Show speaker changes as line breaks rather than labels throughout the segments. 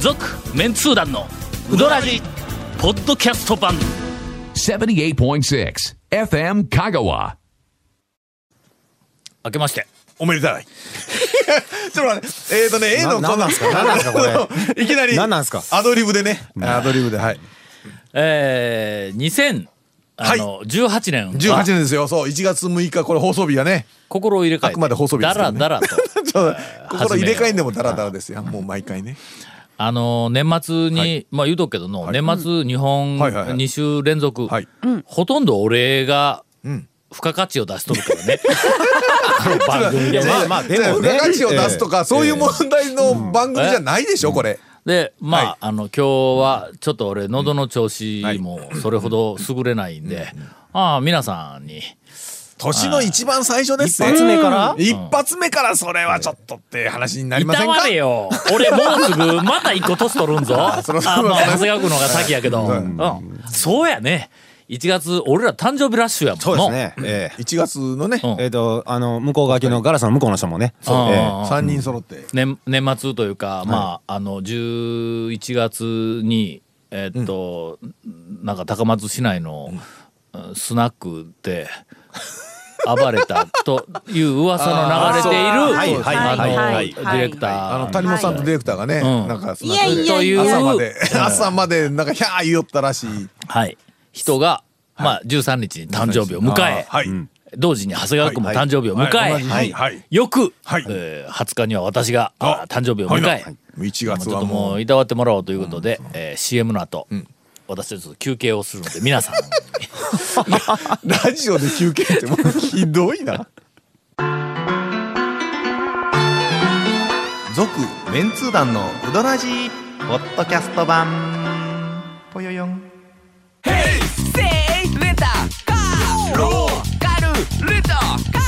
続メンツー団のウドラジポッドキャスト版
78.6 FM Kagawa.
明けまして
おめでたい。ちょっと待って、えーとね、A の
ななんなんすかなんなんすかこれ
れ。いきなり。
なんなんすか
アドリブでね。アドリブで、はい。
えー、2000あの、18年は
18年ですよ。そう、1月6日、これ放送日が ね。
心を入れ替えて
あくまで放送日で
だ
すけど
ら
ね
だら と
そう心入れ替えんでもダラダラですよ。もう毎回ね。
あの年末に、
はい
まあ言うとくけどの、年末日本
はいはいはい
2週連続、
はい
ほとんどお礼が
ん
付加価値を出しとるから ねこの番組でね。
まあまあでも
付
ね
加価値を出すとか、そういう問題の番組じゃないでしょ、これ。
でまあ,、
はい
あの今日はちょっと俺喉の調子もそれほど優れないんで、ああ皆さんに
年の一番最初です
一発目から
一発目からそれはちょっとっていう話
「
になり
い
ませ
た
んか
われよ俺もうすぐまた一個年取るんぞ」あ
そろそろ
あまあ長谷川君の方が先やけど、うんそうやね1月俺ら誕生日ラッシュやもん
そうですね。ええ
1月のね、
うん
えっと、あの、向こう側のガラスの向こうの人もね。
うん
ええ
3人揃って。
年年末というか、まああの11月にえっと、なんか高松市内のうんスナックで暴れたという噂の流れてい
あーそう
る
はいはい
あの
はいは
デ
い
ィレクタ
あの
ー
谷本さんとディレクターがね、
うん
なんかその
いやいやいや
朝ま
とい
で朝までなんかひゃー言いよったらしい
はい人が、まあ、13日に誕生日を迎え、
はい、
同時に長谷川君も誕生日を迎え、
はいはいはい
翌、
はい
えー20日には私があ誕生日を迎え、
1
まあ
月
ちょっ
は
とも
も
う
う
いたわってもらおうということで、えー CM の後、私たちょっと休憩をするの で皆さん
ラジオで休憩ってもう ひどいな
続メンツー団のウドラジーポッドキャスト版ぽよよん
せいレタカーローカルレタカ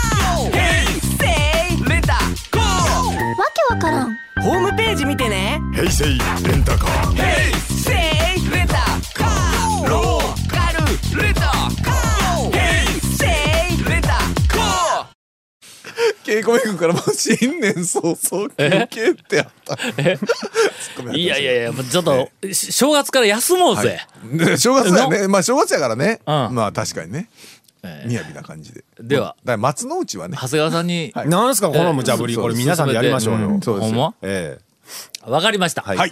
ーヘイセイレタカーわけわからんホームページ見てねヘイセイレンタカーヘイセイレンタカーローカルレタカーヘイセイレンタカー
稽古めくんからもう新年早々休憩ってあった
いやいやいやもうちょっとし正月から休もうぜ、
で正月だよねまあ正月やからね、
うん
まあ確かにね
え
雅な感じで
では
だから松の内はね
長谷川さんに、
はい
なんすか、この無茶ぶり。
ええ
これ皆さんでやりましょう
う
よ
ん。そうで
ほ
す
ん
よ
ま
ええ
わかりました、
はいわ、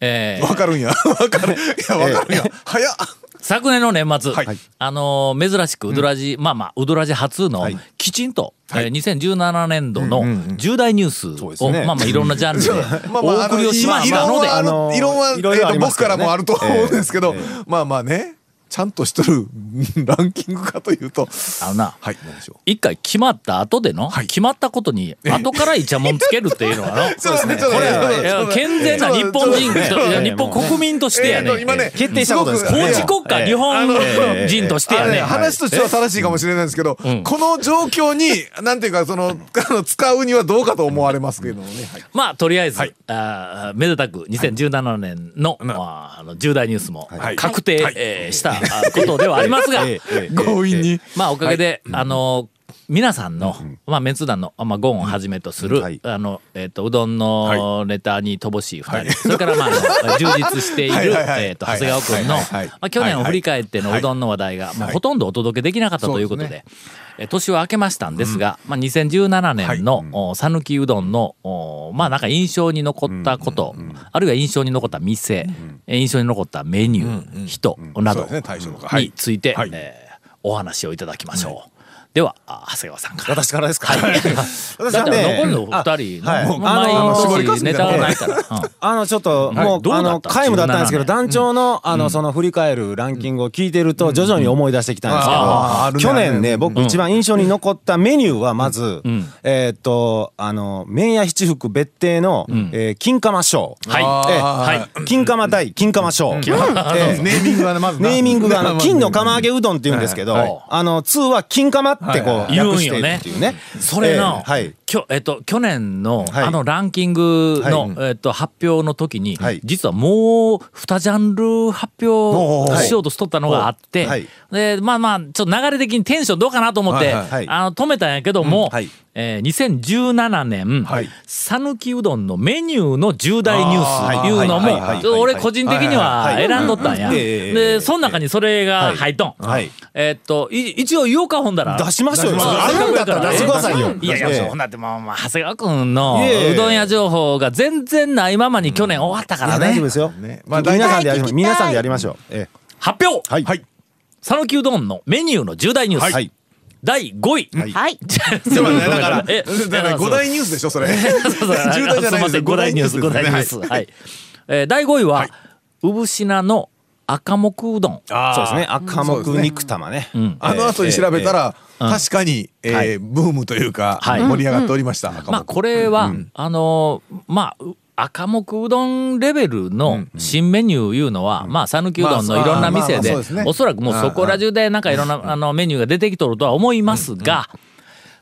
えー
かるんやわかるいやわかるんや、早っ
昨年の年末、
はい
あのー珍しくウドラジ、まあまあウドラジ初の
い
きちんと、えー2017年度の重大ニュース
そうで
を、
すね
まあまあいろんなジャンル で
まあま
お
あ、あ
送
の
りをしましたので、
まあ
あ
異論はあ
の
の異論は、
いろいろ
えー
あ
と
りま
僕
す
か
かららね
もあると思うんですけど、
えええ
まあまあね、ちゃんとしとる ランキングかというと、
あのな
はい、何でしょう。
一回決まった後での、
はい
決まったことに後からイチャモンつけるっていうのはの
そうですね、ちょっと
これ
ちょっと
いや
ちょっと
健全な日本人と
ちょっと
いや
え
日
え
本国民としてやね
えーと今ね
決定したことですからね
法治国家
ええ
日本
ええ
人として
あ
や
のね
ね
話としては正しいかもしれないですけど、
ん
この状況に、なんていうか、その、あの使うにはどうかと思われますけどもね。はい
まあとりあえず、
はい
あーめでたく2017年の,、まあ、あの重大ニュースも
はい
確定、えーしたあーことではありますが、
ええええ
強引に。
まあおかげで、あの皆さんの、まあ、メンツ団の、まあ、ゴンをはじめとする、
はい
あのえっとうどんのネタに乏しい2人、それから、まああの、充実している
はいはいはい
えっと長谷川君の、
はいはいはい
まあ、去年を振り返ってのうどんの話題が、まあ、ほとんどお届けできなかったということで,、
そうで
え年を明けましたんですが、まあ、2017年のお讃岐、うどんのおまあなんか印象に残ったこと、あるいは印象に残った店、え印象に残ったメニュー、人な
そ
ど
うですね、大将とか。は
に
い。
ついて、
はい
えーお話をいただきましょう。では、あ長谷川さん から。
私からですか
はい。 だって残りの二人、
あはい
もう
あの
毎
絞りか
日
す
ネ
み
タ
た
が
いな
ないから。うん
あのちょっともう
どうだ
あ
った
の皆無だったんですけ
17
ど
年
団長のあのその振り返るランキングを聞いてると徐々に思い出してきたんですけ
あああるね
ど去年
あ
ね僕一番印象に残ったメニューはまずえーっとあの麺屋七福別邸のえー金釜賞
はい
ええ
あー
は
金釜対金釜賞ええ
ネーミングはね、まずな。
ネーミングがあ
まあ
の
まあ
金の釜揚げうどんって言うんですけ
はいはい
どあの2は金釜ってってこう
い
略
るん
して
よ
いる
ね
っていうね。
それの、
えーはい
きょえっと、去年の、
はい
あのランキングの、
は
えっと、発表の時に、
はい
実はもう2ジャンル発表しようとしとったのがあって、
はい
でまあまあちょっと流れ的にテンションどうかなと思って、
はいはい
はい
あの止めたんやけども、
うんはい
えー2017年
はい
讃岐、うどんのメニューの重大ニュース
あー
いうのも、
はいはいはいはい
ちょっと俺個人的には
はいはいはい
選んどったんや。
うんうんうんえええええ
で
え
その中にそれが入っとん。
はい
えっとい一応言おうかほんだら。
出しましょうよ。
まあ
あるんだったら出してくださいよ。
いやいや、
ええ
そうなって、まあまあ、長谷川君の
いえいえ
うどん屋情報が全然ないままに去年終わったか
いや
ら
大丈夫
ね
で。すよ。
まあ大体
皆さんでやりましょう。皆さんでやりましょう。え
発表
えはい。
はい。
讃岐うどんのメニューの重大ニュース。
はい
第5位。
い
はい。
でもね、だ から、
え
だから五大ニュースでしょ、それ。
そうそう そう
重大じゃないですす
いません五大ニュース、
五
5
大
大ニ
ニ
ュ
ュ
ー
ー
ス。
ス
はい。えー第5位は、産品の赤目うどん。
そうですね。赤目肉玉ね。
あの後に調べたら、確かに、えーブームというか、
はい
盛り上がっておりました。赤
まあ
本
これは、あのーまあう赤目うどんレベルの新メニューいうのは、まあ讃岐うどんのいろんな店
まあまあまあ
で
そうですね
おそらくもうそこら中でなんかいろんなあのメニューが出てきとるとは思いますが、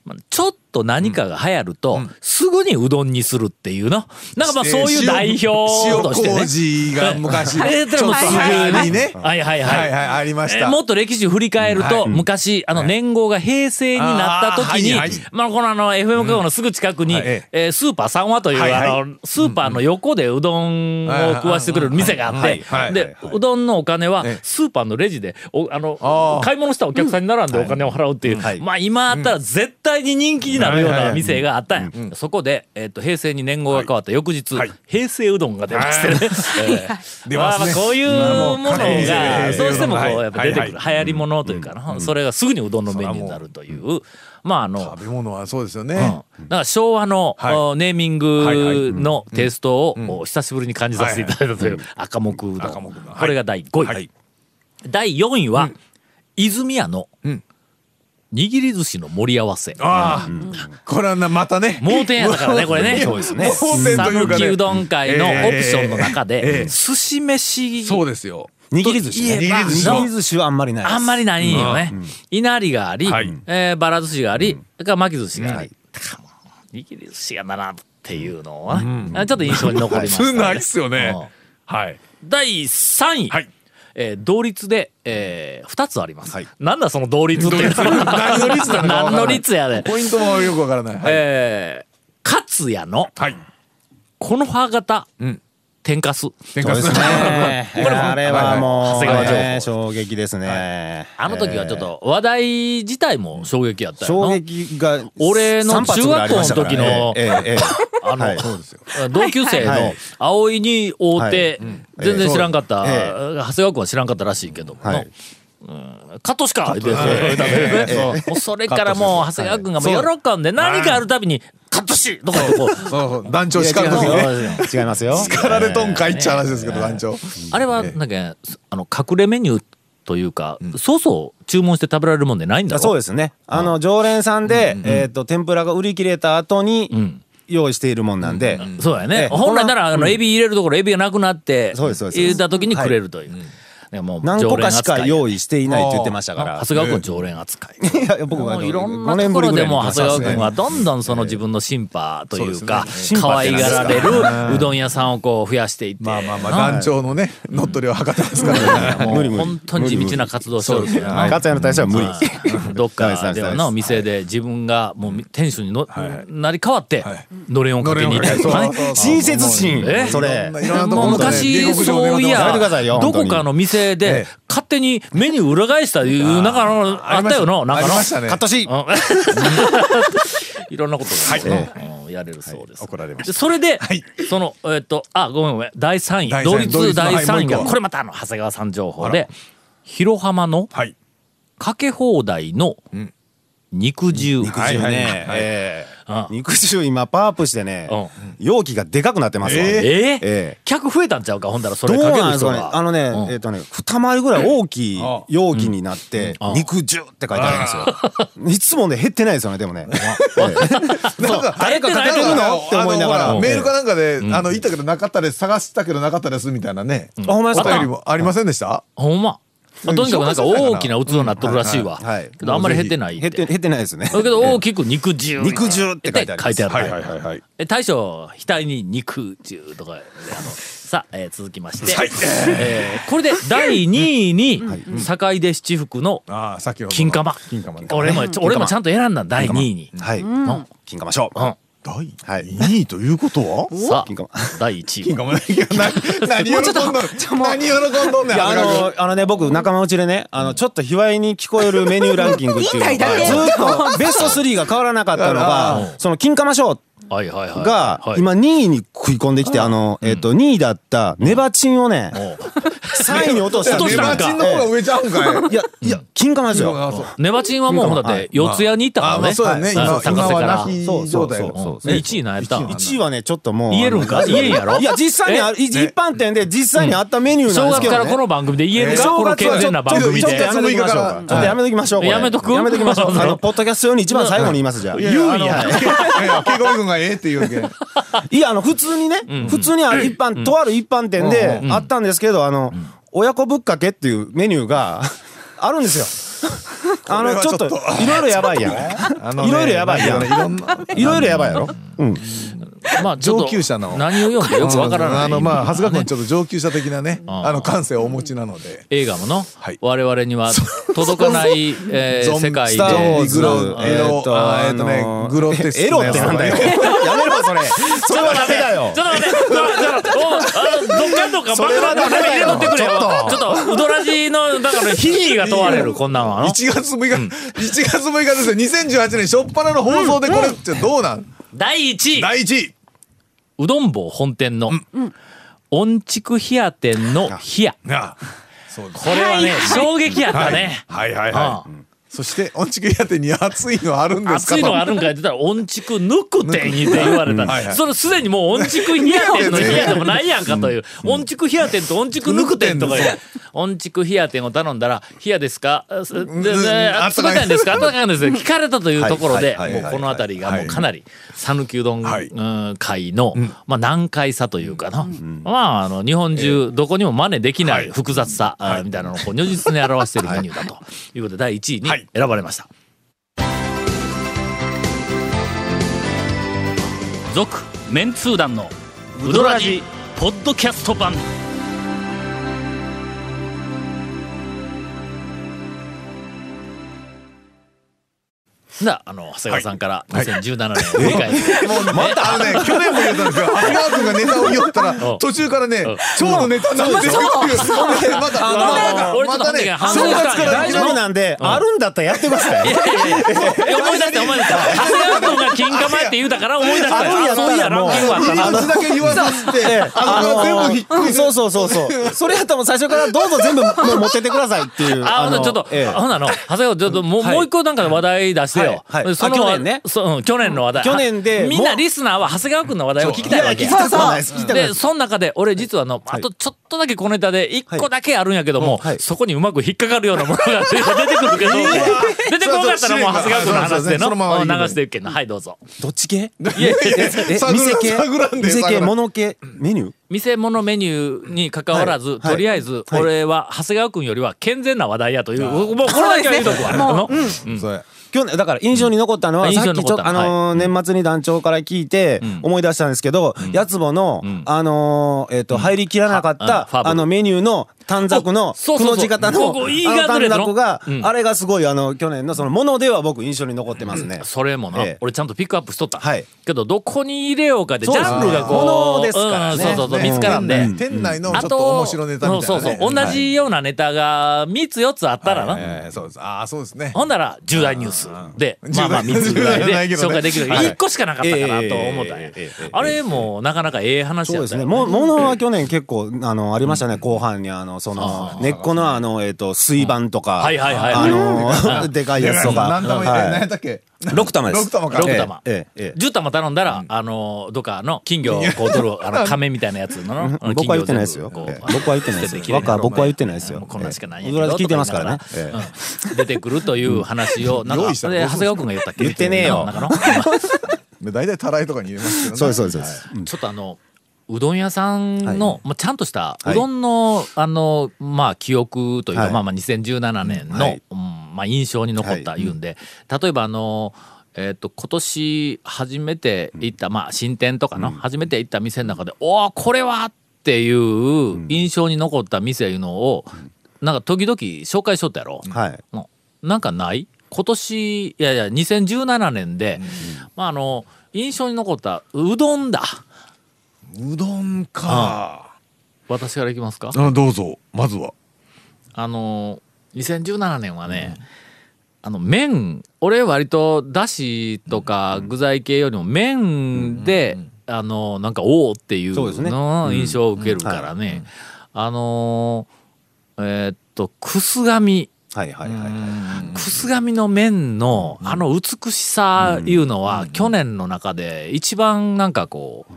まあちょっと何かが流行ると、すぐにうどんにするっていうのなんかまあそういう代表
塩
としてね。
麹 が昔、
はいえーで
ちょ
も
っと
すぐ
前にね。
はいはいはい。
はいはい、ありまし
えー
た。
もっと歴史を振り返ると、昔、あの、年号が平成になった時に
あーはいはい、
まあ、このあの、FM 加護のすぐ近くに、
はい
えースーパー三和という、
はいはい
あの、スーパーの横でうどんを食わしてくれる店があっ
はい
て
はいは、い
で、うどんのお金は
ええ、
スーパーのレジで、おあの
あ、ー
買い物したお客さんに並んでお金を払うっていう、
はい
まあ、今あったら絶対に人気になるよう
はいはい
な
はい
店があったんや。そこで、えっと、平成に年号が変わった翌日、平成うどんが出まして ね。えー
出ますね
あこういうもの
まあもう
が、
ええ
どうしてもこう、
はい
やっぱ出てくる。
はい
流行りものというかな、それがすぐにうどんのメニューになるという、まああの、
食べ物はそうですよね。
うん、だから昭和の、
はい
おネーミン
はいはいう
グ
ん
のテイストを、お久しぶりに感じさせていただいたという、赤木うどん
赤木うどんはい
これが第5位、
はい
第4位は、泉屋の、
うん
握り寿司の盛り合わせ
ああ、これはな、またね。
盲点やったからねこれ ね
そうですね
盲点というか
讃
ね
岐うどん会のオプションの中で、
ええええ
寿司飯
そうですよ。
握り寿司ね。
といえば
握り寿司握り寿司はあんまりないです。
あんまりないんよね。いなりがあり、
はい
えーばら寿司があり、それから巻き寿司があり。だからもう握り寿司が並ぶっていうのは、あちょっと印象に残りました、ね。
普通ないっすよねはい。
第3位。
はい
えー同率で、え2つあります、なんだその同率っていうの
何の率なのか分からな
何
い
の率やで、
ポイントもよくわからない。はい。
えー、勝也の
はい。
この歯型、
ん
天かす
天
そう
か
ですすね。あれはもう
長谷川情報
ね衝撃ですね。
あの時はちょっと話題自体も衝撃やったよ
衝
な
撃が
俺の
三発ぐらいありましたからね
中学校の時の
ええええ
あの、
はい
同級生
は
の
い
葵に会うて、全然知らんかった、
ええ
長谷川君は知らんかったらしいけども、
はい
カットしか言うてそう言うたんだよね そうもうそれからもう長谷川君がもう喜んで何かあるたびに「カットし!」とかってこう
そうそう団長叱るとき
いや
ね。
違う
違いますよ。
叱られとんかいっちゃ話ですけど、団長。
あれはなんかあの隠れメニューというか、そうそう注文して食べられるもんでないんだろ
そうですね。あの常連さんで、えっと天ぷらが売り切れた後に
ん
用意しているもんなんで、
そうだよ
え
ね
え
本来ならあのエビ入れるところエビがなくなって
そうですそうです
言った時にくれるという,、ねもう
何個かしか用
意
意していないって言ってましたから
長。谷川君常連扱い
いやいや僕
も
が
ういろんなところでも長谷川君はどんどんその自分のシンパというか可愛がられるうどん屋さんをこう増やしていって
まあまあまあ、
な
団長のね、乗っ取りは測ってますからね。
もう
無理無理
本当に地道な活動をしてるんですよ
勝谷の大将は無理。
どっかではなお店で自分がもう店主にのなり変わって
はい
のれんをかけに行ったりとかね
親切心
え
それ。
いろんなとこ
もう
ろで
昔、
煉獄場を
そうい
狙って
や
やめてくださいよ、
ど
本当
こ
に
かの店で
ええ、
勝手にメニュー裏返したいう、なんかあのあったよな、なんか
あり
の
ましたね。
カットし
いろんなことが、うんやれるそうです。
怒られま
でそれで、
い
その、えっと、あ、ごめんごめん、第3位、
第三位
同率第3位が、
はいもう一個
これまたあの、長谷川さん情報
あ
で、広浜の
はい。
かけ放題の
ん
肉汁。
肉汁
はいはい
ね
はい
ええ
うん
肉汁今パワーアップしてね
うん
容器がでかくなってますわ
え
え
ー
ええ
客増えたんちゃうか、ほんだら、そ
ど
れ
う
かけ
な
る
んです
人
かね
が。
あのね
うん
えっとね二回りぐらい大きい
あ
容器になって
うん
肉汁って書いてあるんですよいつもね減ってないですよねでもね
なんか、
誰か
かけてるのって思いながら
あのほメールかなんかで、あの、言ったけどなかったです、探したけどなかったです、みたいなね。
あほんまです
お
か
便りもありませんでした
ほんま。まあとにかくなんか大きな器になっとるらしいわ
うんはいはいはい。
けどあんまり減ってない
減
っ。
ってて減ってないですね。
だけど大きく肉汁。
肉汁って書いてあります
書いてあ
はい
る
は
ね
いはいはい。
え大将額に肉汁とかであのさあ、えー続きまして、
はい
えーこれで第2位に坂出七福の
ああ、さっきの。
金玉
金玉ね。
俺も俺もちゃんと選んだ第2位に、
はい。
うん
金かましょう。
うん
第
はい
2位ということは
さ
金
あ
玉
第1位
金
は
玉ね。いやな 何喜んどんの何喜んどんね
い
ん
やあ
あの
のあのね僕仲間内でねあのちょっと卑猥に聞こえるメニューランキングっていうのが
いいんだいいんだ
ずーっとベスト3が変わらなかったのがその金かましょう
はいはいはい
が
はい
今2位に食い込んできてあのえっと2位だったネバチンをね
おう
3位に落とした
落と
ネ
し
バ
たんか
チンの方が上ちゃうんかい
いやいや金かまですよ。
あそう
ネバチンはもうほんだっ
は
て四谷に行ったから
あまあ
ね
そうだね今
高瀬
今
から
はなき状態
そうそうそう
よ
そ
ね1位なんやったん
1位はねちょっともう
言えるんか言えんやろ
いや実際にあ
え
い一般店で実際にあったメニューな
正
んです
月
け
から
ど
こ
ね
の番組で言えるかこ
正
の
月
健
はちょ
全な番組
ちょっと
で
やめときましょうかちょっとやめときましょうこれ
やめとく
やめときましょうあのポッドキャスト用に一番最後に言いますじゃあ
言 うんや
いやいやケイコミ君がええって言うけん
いや、あの、普通にね、普通にあの一般、とある一般店であったんですけど、あの、親子ぶっかけっていうメニュー があるんですよ。あ
これ
の、
はち
ち
ょ
ょ
っ
っ
と
と、いろいろやばいやん。
あのね
いろいろやばいやん
なんかねいろんない
ろいろやばいやろうん。
まあちょっと
上級者の
何を読んでよくわからない
あのまあ長谷川君ちょっと上級者的なね
ん
あの感性をお持ちなので
映画もの、
はい
我々には届かない、えー
ゾン
世界
スターウォ
で
ーズグロ
えー
エロあーえーとね
あの
グロテスク
エロ
なや
っ
つ
て
と
な
か
ん
ね
だよ。 やめろそれ。それはダメだよ
ち。ょっと待って、ちょっと待って、ちょっと、おあのどっかんどっか爆弾の中に入れとってくれよ。ちょっと、ウドラジの、だから、品位が問わ れる、こんなんはの。
1月6日、1月6日ですよ。2018年初っ端の放送でこれってどうなん、
第1位、
第1位
うどん坊本店の、音畜冷や店の冷や。
なあそうです
これはね、衝撃やったね。
はいはいはい。そして、音畜屋店に熱いのあるんですか
熱いのがあるんか言ってたら、音畜ぬく店にって言われた。
はいはい
それすでにもう音畜冷や店の冷やでもないやんかという。音畜冷や店と音畜ぬく店とかいう
そう。
音畜冷や店を頼んだら、冷やですかあすで
ん
で
あ
あ
った
冷
かい
たいんですか温かいんですか聞かれたというところで、
はいはい
も
は
う
い
この辺りがもうかなり、讃岐うどん
はい
うん界の、まあ難解さというかな。まあ、あの、日本中、どこにも真似できない複雑さ、あみたいなのをこう如実に表しているメニューだということで、第1位に
はい
選ばれました。続メンツー団のウドラジポッドキャスト版なあの長谷川さんから2017年を振り返って、
またあのね、去年も言ったんですけど、長谷川君がネタを言おったら、途中からね、蝶のネタになってるっていう。また、
俺ちょ
ま
っと反省
たね
が、反省
正
が
月から
大丈夫なんで、あるんだったらやってください。
え思い出した思い出した長谷川君が金玉って言うたから思い出した
あるんや
あ
った
そういや
ら
ラ
も
ン
う
キングあったな
入り口だけ言わさせて、あの、全部ひっくり
そうそうそうそう。それやったらもう最初からどうぞ全部もう持ってってくださいっていう。
あ、ほんならちょっと、
ええ
ほんなの、長谷川、ちょっと、もう、もう一個なんかの話題出してよ。
はいはい
そ
あ去年ね
そう、うん去年の話題。
去年で
みんな
もう
リスナーは長谷川君の話題を聞きたいわけ。
いや聞きたくはないです聞きたくない
で、その中で、俺実はあの、あとちょっとだけ小ネタで、一個だけあるんやけども、
はい
そこにうまく引っかかるようなものが出てくるけど、出てこなかったらもう長谷川君の話で
そうそうそうそのまま
の、
言う
流していくけんな。はい、どうぞ。
どっち系え
探
店系
探らんで
店
探ら
系
ん
物系メニュー
店物メニューに関わらず、
はいはい
とりあえず、
はい
俺は長谷川君よりは健全な話題やという、もうこれだけは言うとくわ。 もう、
そう
去年だから印象に残ったの
う
は
ん
さっ
印象
き
に
ちょ
残っ
っ
た
とあのー年末に団長から聞いて
ん
思い出したんですけどやつぼの
ん
あのーえっと入りきらなかっ
はうん
た
ファブ
あのメニューの短冊の
おそうそう
く
そう
の字型の
ここいいガー
あ
ドレ
の
ー
短
ズの
冊が
うん
あれがすごいあの去年のそのものでは僕印象に残ってますね。
それもな、
ええ
俺ちゃんとピックアップしとった、
はい
けどどこに入れようかでジ
そうです
ャンルがこ
も
う
のですからね
うんそうそうそう、見つからんで、
店内のちょ
あ
っと面白ネタみたいな、ね。
そうそうそう同じようなネタが3つ4つあったらな、
えそうです。ああ、そうですね。
ほんなら重大ニュースで
うん
まあまあ
重大
3つぐら い
重大じゃない
で
け
紹介でき
どね
る
はい
1個しかなかったかなと思ったんや
ええええええええ
あれもなかなかええ話
そう
や
で
ったよ
すね。も、ものは去年結構、あの、ありましたね、後半に、あの、その、 根っこの、あの、えっと、水盤とか、
はいはいはい
あの、 でかいやつ とか。
何玉
はい
何やったっけ
六玉です。
六玉か
六玉
ええええええ
10玉頼んだら、あのどっかの金魚をこう取るあ の亀みたいなやつののあの
僕は言ってないです
金魚を
よ。
全部
僕
こう
は言ってないで
捨
す
ててき
よ。
れいに
若は僕は言ってないですよ。
もうこんなんしかないんや
ええ
けど
僕ら聞いてますからね。
と言い
え
ながらうん出てくるという話を なんか
用
で
意した
長
ら
谷川君が言ったっけ
言ってねえよ
なんかの
大体たらいとかに入れますけど、
え
ね。
そうです、そうです。そうです
ちょっとあのうどん屋さんの、まあ、ちゃんとした
はいう
どんの,、あのまあ、記憶というか、
はい
まあ、まあ2017年の、
はい
うんまあ、印象に残った言うんで、例えばあの、えー、と今年初めて行った、まあ、新店とかの、初めて行った店の中で「おおこれは!」っていう印象に残った店いうのを、なんか時々紹介しとったやろ。
はい。
のなんかない今年いやいや2017年で、まああの印象に残ったうどんだ
うどんか。
私からいきますか
あどうぞ、まずは。
あの2017年はね、あの麺俺割とだしとか具材系よりも麺で、あのなんかおおっていう
そうですね
の印象を受けるからね、あのえーっとくすがみ
はいはいはい。
くす紙の面のあの美しさいうのは去年の中で一番なんかこう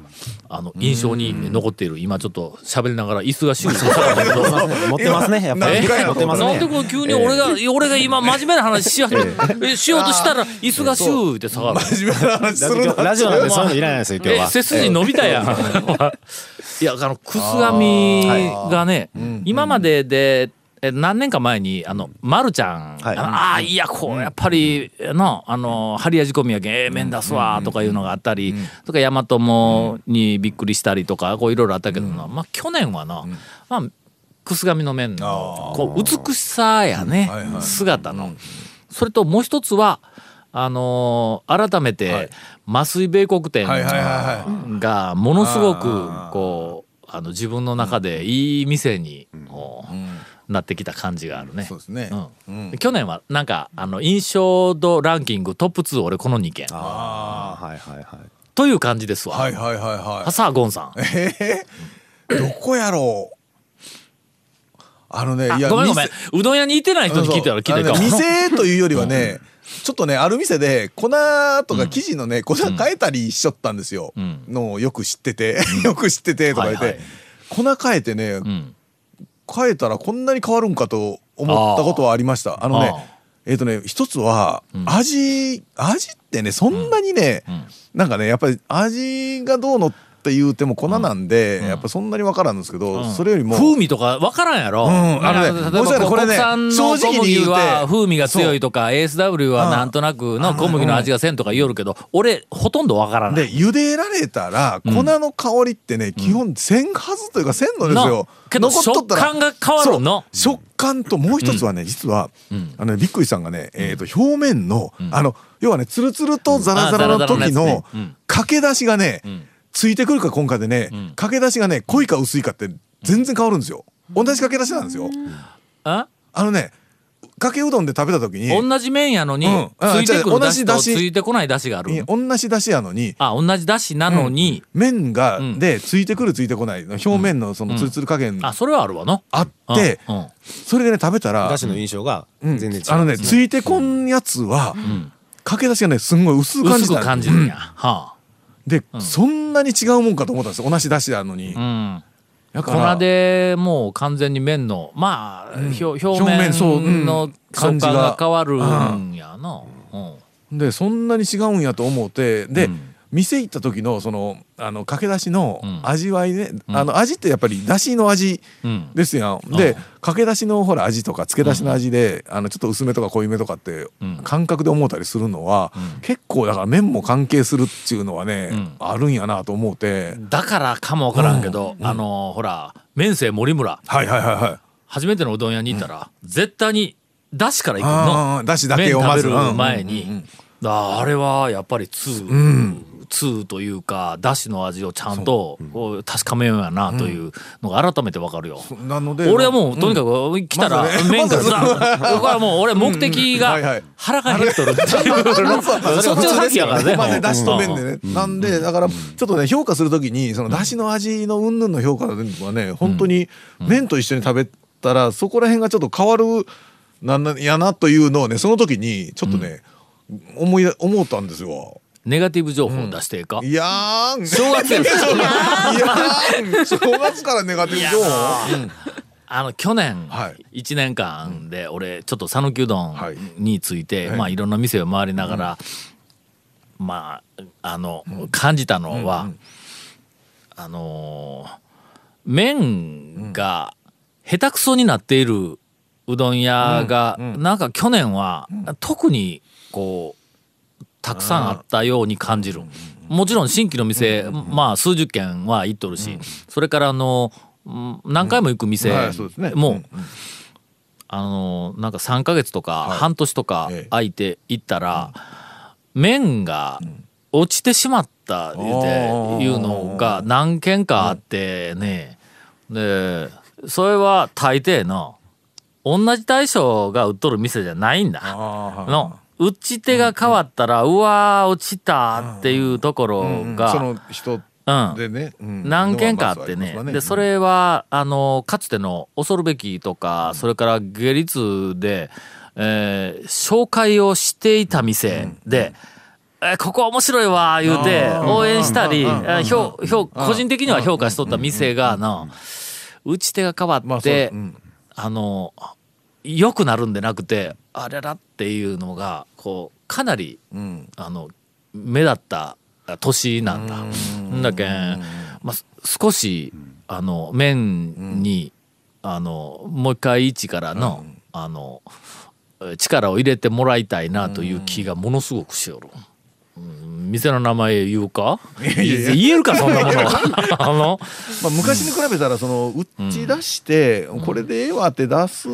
あの印象に残っている今ちょっと喋りながら椅子がシュールしたんだけど
持ってますね、やっぱ
え何
り。
回やろ
持っ
う
てます
なんで
ね。
こう急に俺が俺が今真面目な話しようしようとしたら椅子がシューって下がる。
真面目な話する
今日
な。
ラジオなんでそういうのいらないですよ、今日
え
は。
背筋伸びたやん。 いやあのくす紙がね、今まででえ何年か前にあのまるちゃん、
はい
あのあーいやこうやっぱりのあの張り味込みやけんええ面出すわとかいうのがあったり、とか大和もにびっくりしたりとかこういろいろあったけどな、まあ去年はな、まあくす紙の面のこう美しさやね、
はいはい
姿の。それともう一つはあのー改めて、
はい
麻酔米国店
はいはいはいは
がものすごく
あー
こうあの自分の中でいい店に、こうなってきた感じがあるね。
そうですね。
うん去年はなんかあの印象度ランキングトップ2俺この2件
あはいはいはい。
という感じですわ。
はいはいはいは
さあゴンさん。
い。どこやろう。あのね、
あごめんごめん。うどん屋に行ってない人に聞いたら聞いたらいいか
あ
も
のね店というよりはね、ちょっとねある店で粉とか生地のね、粉変えたりしちゃったんですよ、
ん
のをよく知ってて よく知っててとか言って、
はいはい
粉変えてね、
うん
変えたらこんなに変わるんかと思ったことはありましたあのねえっ、とね一つは味、味ってねそんなにね、なんかねやっぱり味がどうのって言うても粉なんで、やっぱそんなに分からんですけど、それよりも
風味とかわからんやろ。
うんあのね
だから
申し訳ないこれね
国産の小
正直に言
麦
うて
は風味が強いとか、ASW はなんとなくの小麦の味がせんとか言おるけど、俺、ほとんどわからない。
で茹でられたら粉の香りってね、基本せんはずというかせんのですよ
の。けど
残っとったら
食感が変わるの
そう食感ともう一つはね、実は、あのねびっくりさんがね、えー、と表面の、あの要はねツルツルとザラザラ
う
の
んあザ
時
ラザラのや
の
つねうん
駆け出しがね、ついてくるか今回でね、駆け出しがね濃いか薄いかって全然変わるんですよ。同じ駆け出しなんですよ。
あ
あのねかけうどんで食べた時に
同じ麺やのに、
うん
ついてくる
あ違う
だしと
同
つ
じ出汁
いてこないだしがある。
同じ出しやのに
あ、同じだしなのに、
麺が、
ん
でついてくるついてこないの表面のそのツルツル加減
あ、それはあるわの。
あって、
うんうん
それでね食べたら
だしの印象が
うん
全然違う。
あのねついてこんやつは、かけ出しがねすんごい薄く感じ
薄
た
く感じるんや。は
で、そんなに違うもんかと思ったんですよ同じ出しなのに、
あ。うん。
だか
粉
ら
でもう完全に麺の、まあ、ひょ表
表面そうう
面
ん
の食感
感じが
が変わるんやな。うん
でそんなに違うんやと思ってで、店行った時のそのあのかけ出しの味わいね、あの味ってやっぱり出汁の味
うん
ですやん、でかけ出しのほら味とか漬け出しの味で、あのちょっと薄めとか濃いめとかって
ん
感覚で思ったりするのは、結構だから麺も関係するっていうのはね、
ん
あるんやなと思って、
だからかもわからんけど、あのほら麺生森村
はいはいはいはい
初めてのうどん屋に行ったら、絶対にだしから行く
あ
の
ーだしだけをま
麺
ず
食べる前に、
うんうんうん
ああれはやっぱり通、通というかだしの味をちゃんとこう確かめようやなというのが改めてわかるよ。
なので
俺はもうとにかく来たら
まず ね
麺からさ、
まず
僕はもう俺目的
うんうんはいは
が
い
腹が減っとるって いうそっちの先やからね。
まあね、だしと麺
う
で
ん
ね。なんで、だから、ちょっとね、評価するときに、そのだしの味の云々の評価はね、本当に麺と一緒に食べたら、そこら辺がちょっと変わる、なんなやなというのをね、その時に、ちょっとね、思い、思ったんですよ。
ネガティブ情報を出していいか、
いやーん。
正月やし
いやーん。正月からネガティブ情報
あの去年
はい
1年間で俺ちょっと讃岐うどん
はい
について、
はい
いまあ、いろんな店を回りながら、まああの感じたのは、あのー麺が下手くそになっているうどん屋が、なんか去年は、特にこうたくさんあったように感じる、もちろん新規の店、まあ数十軒は行っとるし、それからあのうん何回も行く店、
はいそうですね
もう、
うん
あのなんか3ヶ月とか
い
半年とか
ええ
空いて行ったら、麺が落ちてしまったっていうのが何件かあってね、でそれは大抵の同じ大将が売っとる店じゃないんだ
あ
の打ち手が変わったら、うわー落ちたっていうところ
あ、うん
が、
その人
うん
でね、うん
何件かあって
の
ね
がまずりますわ
でそれはあのかつての恐るべきとか、それから下律で、えー紹介をしていた店で。えーここ面白いわ言うて
あー
応援したり、え
うんうんうん
ー評評個人的には評価しとった店がな打ち手が変わ
まあ
っ
そう
て、
うん
あの良くなるんでなくてあれだっていうのがこうかなり
うん
あの目立った年なんだ。んだけん、まあ、す少しあの面に、あのもう一回一からの,、あのえ力を入れてもらいたいなという気がものすごくしよる。うん店の名前言うか言えるかそんなもの はあの
まあ、昔に比べたらその打ち出して、これでええわって出す、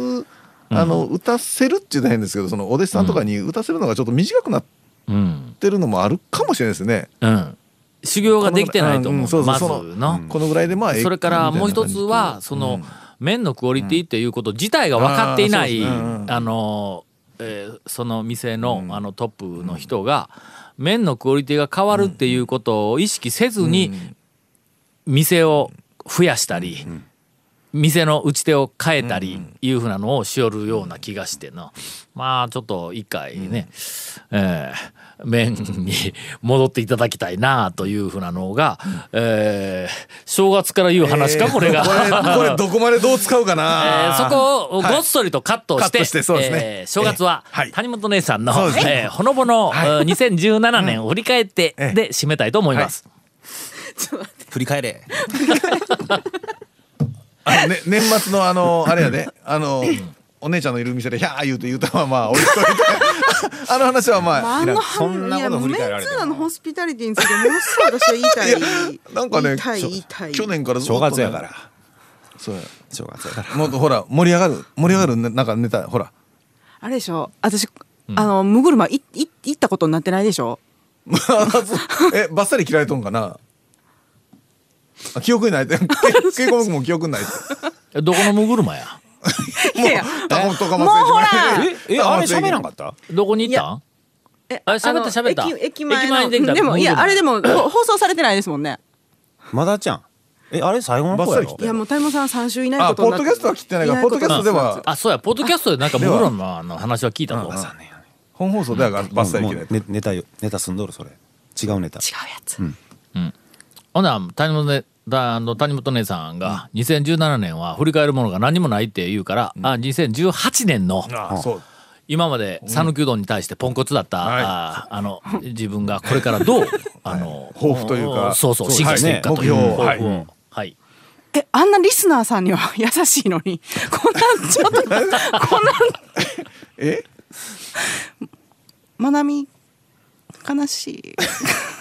あの打たせるっていうのは変ですけどそのお弟子さんとかに打たせるのがちょっと短くなっ
うん
てるのもあるかもしれないですね。
うん修行ができてないと思う,、
んそうそう
ま
そ
ず
の
の、
このぐらいでまあええ
それからもう一つ
みたいな感
は
じ
その麺のクオリティっていうこと自体が分かっていない
あーそうですねうん
あのえーその店のあのトップの人が麺のクオリティが変わるっていうことを意識せずに店を増やしたり店の打ち手を変えたりいうふうなのをしよるような気がしてなまあちょっと一回ねえー麺に戻っていただきたいなというふうなのが、えー正月から言う話か、これが。
これ これどこまでどう使うかな、
えーそこをごっそりとカットして,、
カットしてそうですね
えー正月は
えはい
谷本姉さんの、
そうですね
えーほのぼの、えー2017年を振り返って
ええ
で締めたいと思います。
振り返れ。
あのね、年末のあのあれやねあのお姉ちゃんのいる店で「ひゃー」言うて言うたまま置いといて あの話はまあ
あの
そんなこと振り返られても
いやメンツーダのホスピタリティについてものすごい私は言いたい
なんかね
言いたい
ちょ
言いたい
去年からずっと、
正
ね、
月やから。
そうや
正月やから。
もっとほら盛り上がる盛り上がるねなんかネタほら
あれでしょ私、あのムグルマいい行ったことになってないでしょ
えバッサリ切られとんかなあ記憶に ないって稽古僕も記憶にないって
どこのムグルマや
いやいや
タコとかも
もうほら
え、え、あれ喋らんか
っ
った
どこに行ったん
え
あ喋った
あの
喋った
駅駅前
駅前
の
にできた
でも
ムグ
い
ル
や
マ
あれでもほ放送されてないですもんね
まだちゃん。え、あれ最後の方や
バッサリ
ろ
来
いやもう谷本さん三週いない
あ
こと
ポ
に
ッ
な
ドキャストは切ってないからポッドキャストでは
あそうやポッドキャストでなんかムグルマの話は聞いたぞ。
本放送ではバッサリ
も
切られ
う
て
ネネタよネタすんどるそれ違うネタ
違うやつ、
ほな谷本ねだあの谷本姉さんが2017年は振り返るものが何もないって言うから、あ2018年の
あそう
今まで讃岐うどんに対してポンコツだった、
はい
ああの自分がこれからどうあの
抱負というか
そうそう進化していくかという
はいね
抱負を、
目標を
はいはい
えあんなリスナーさんには優しいのに こんなんちょ っとこん
え
なんまなみ悲しい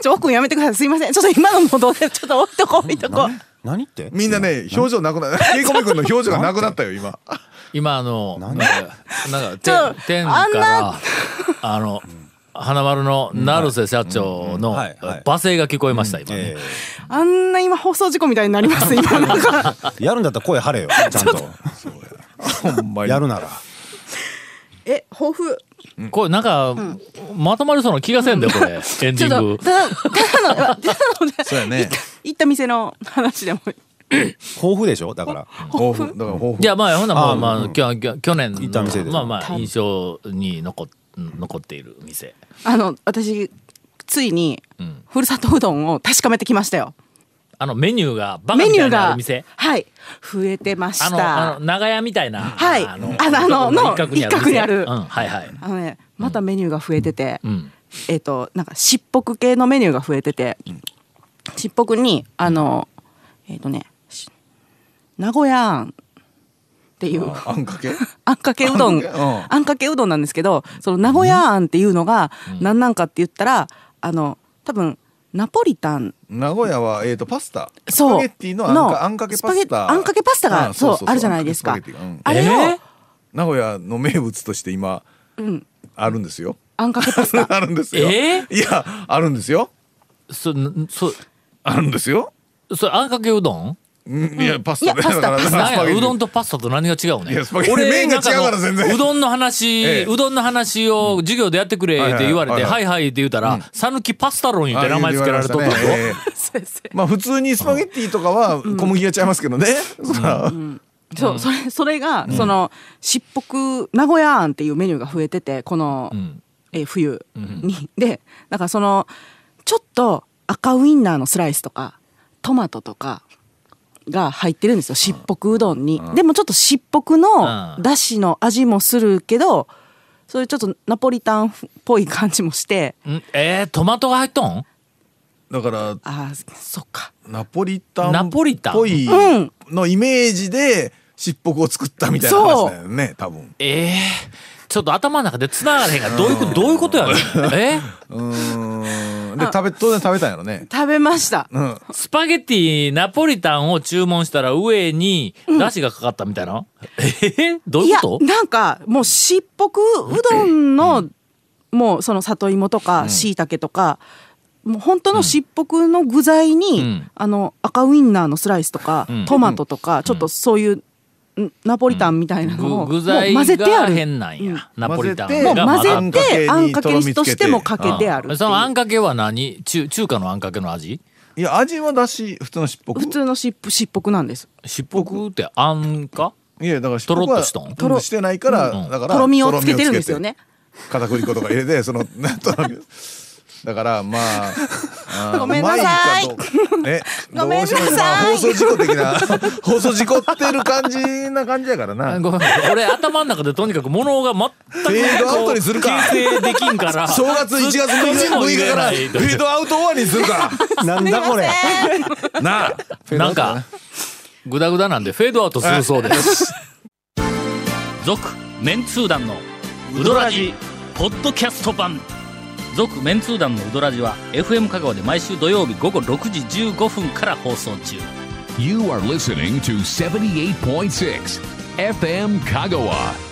ちょ奥君やめてくださいすいませんちょっと今のもどうでちょっと置いとこう置いとこう
何って
みんなね表情なくなった稽古部君の表情がなくなったよ今
今あのなん
何
かなん
ちょ
か天天か
あん
ら
な
あの花丸の成瀬社長の
うんはいはい
罵声が聞こえました今ね、
え
あんな今放送事故みたいになります今なんか
えやるんだったら声張れよちゃん と
ほんまに
やるなら
え抱負
これなんか、まとまりそうな気がせんでこれ、エン
ち
ディ
ょっ
ン
と
グ
ただただのただの
そうやね
行った店の話でも
豊富でしょだから
抱負だから抱負
じゃあまあほなまあまあ、きょきょ去年
行った店
の
で
まあまあ印象に残っ残っている店
あの私ついに、
ん
ふるさとうどんを確かめてきましたよ
あのメニューがバカ
メ
み
ニ
た
ュ
い
ー
なあ
が
る店
はい増えてまし
あのあ
た
の長屋みたいな、
はいあのあのの
一角にある店
一角にある
うん、はいはい、
あのねまたメニューが増えてて、
うん、
えっ、となんかしっぽく系のメニューが増えてて、ちっぽくにあのえっ、とねし名古屋あんっていう
あんかけ
あんかけうど
あ
ん、
んかけうん
あんかけうどんなんですけど、その名古屋あんっていうのが何なんかって言ったら、あの多分ナポリタン
名古屋はえっとパスタ
そう
スパゲッティのあんかあんかけパスタ
あんかけパスタがそうあるじゃないですか
あんけスパゲッティがうん
あれを、
え
名古屋の名物として今あるんですよ
あんかけパ スタ
あるんですよ
え
いやあるんですよ
そんそ
あるんですよ
それあんかけうどん
うんいやパスタ
いやパ
だ
スタ
から
パス
なん
スパゲッ
や
ティ
うどんとパスタと何が違うね
いやスパゲッティ
俺
麺が違うから全然
なんかのうどんの話、
ええ
うどんの話を授業でやってくれって言われて「
はいはい
は
はい
いはい」って言うたら「讃岐パスタロン」って名前つけられとったぞ
あ言われましたねええ
先生
まあ普通にスパゲッティとかは小麦がちゃいますけどね。そら
そう、それそれが、そのしっぽく名古屋あんっていうメニューが増えててこの、
ん
えー冬に、でだからそのちょっと赤ウインナーのスライスとかトマトとかが入ってるんですよしっぽくうどんに、でもちょっとしっぽく
うん
のだしの味もするけどそういうちょっとナポリタンっぽい感じもして
んえー、トマトが入っとん
だから
あーそっか
ナポリタン
ナ
っ
ポリタン
ぽい
うん
のイメージでしっぽくを作ったみたいな話だよね多分。
ええちょっと頭の中で繋がれへんからどういうことどういうことやねん え
うーん。で食べ当然食べたんやろね。
食べました
うん。
スパゲティナポリタンを注文したら上にだしがかかったみたいな、えーどう
い
いう
や
こと
なんかもうしっぽくうどんのもうその里芋とかしいたけとか、もう本当のしっぽくの具材に、
うん
あの赤ウインナーのスライスとか、
うん
トマトとか、ちょっとそういううんナポリタンみたいなのを、
具具
も
材
う混ぜてあ
が
る
変なんや、
うん
ナポリタン
もう
が混ざ
混ぜてあ
あ
ん
ん
か
かけ
け
に
としてもか
とろみつけて
けてあるっていう
そのあんかけは何中中華のあんかけの味
いや味はだし普通のしっぽく。
普通のしっぽしっぽくなんです
しっぽくってあんか
いやだからしっぽく
と
は
ろっとしとん
とろしてないから
うん
だから
とろみをつけてるんですよね。
片栗粉とか入れてその なとろみをだからまああー
ごめんなさい
ま
う
かどう ね
ごめんなさい
どうしましょうまあ放送事故的な 放送事故ってる感じな感じやからな
ごめん俺頭の中でとにかく物が全く
フェードアウトにするか
形成できん から
正月1月
ずっと
6日から
言え
フ
ない
ェードアウト終わりにするか
なんだこれ。
らなあ
なんかグダグダなんでフェードアウトするそうです 続メンツー団のウドラジポッドキャスト版続メンツー団のウドラジは FM 香川で毎週土曜日午後6時15分から放送中
You are listening to 78.6 FM Kagawa.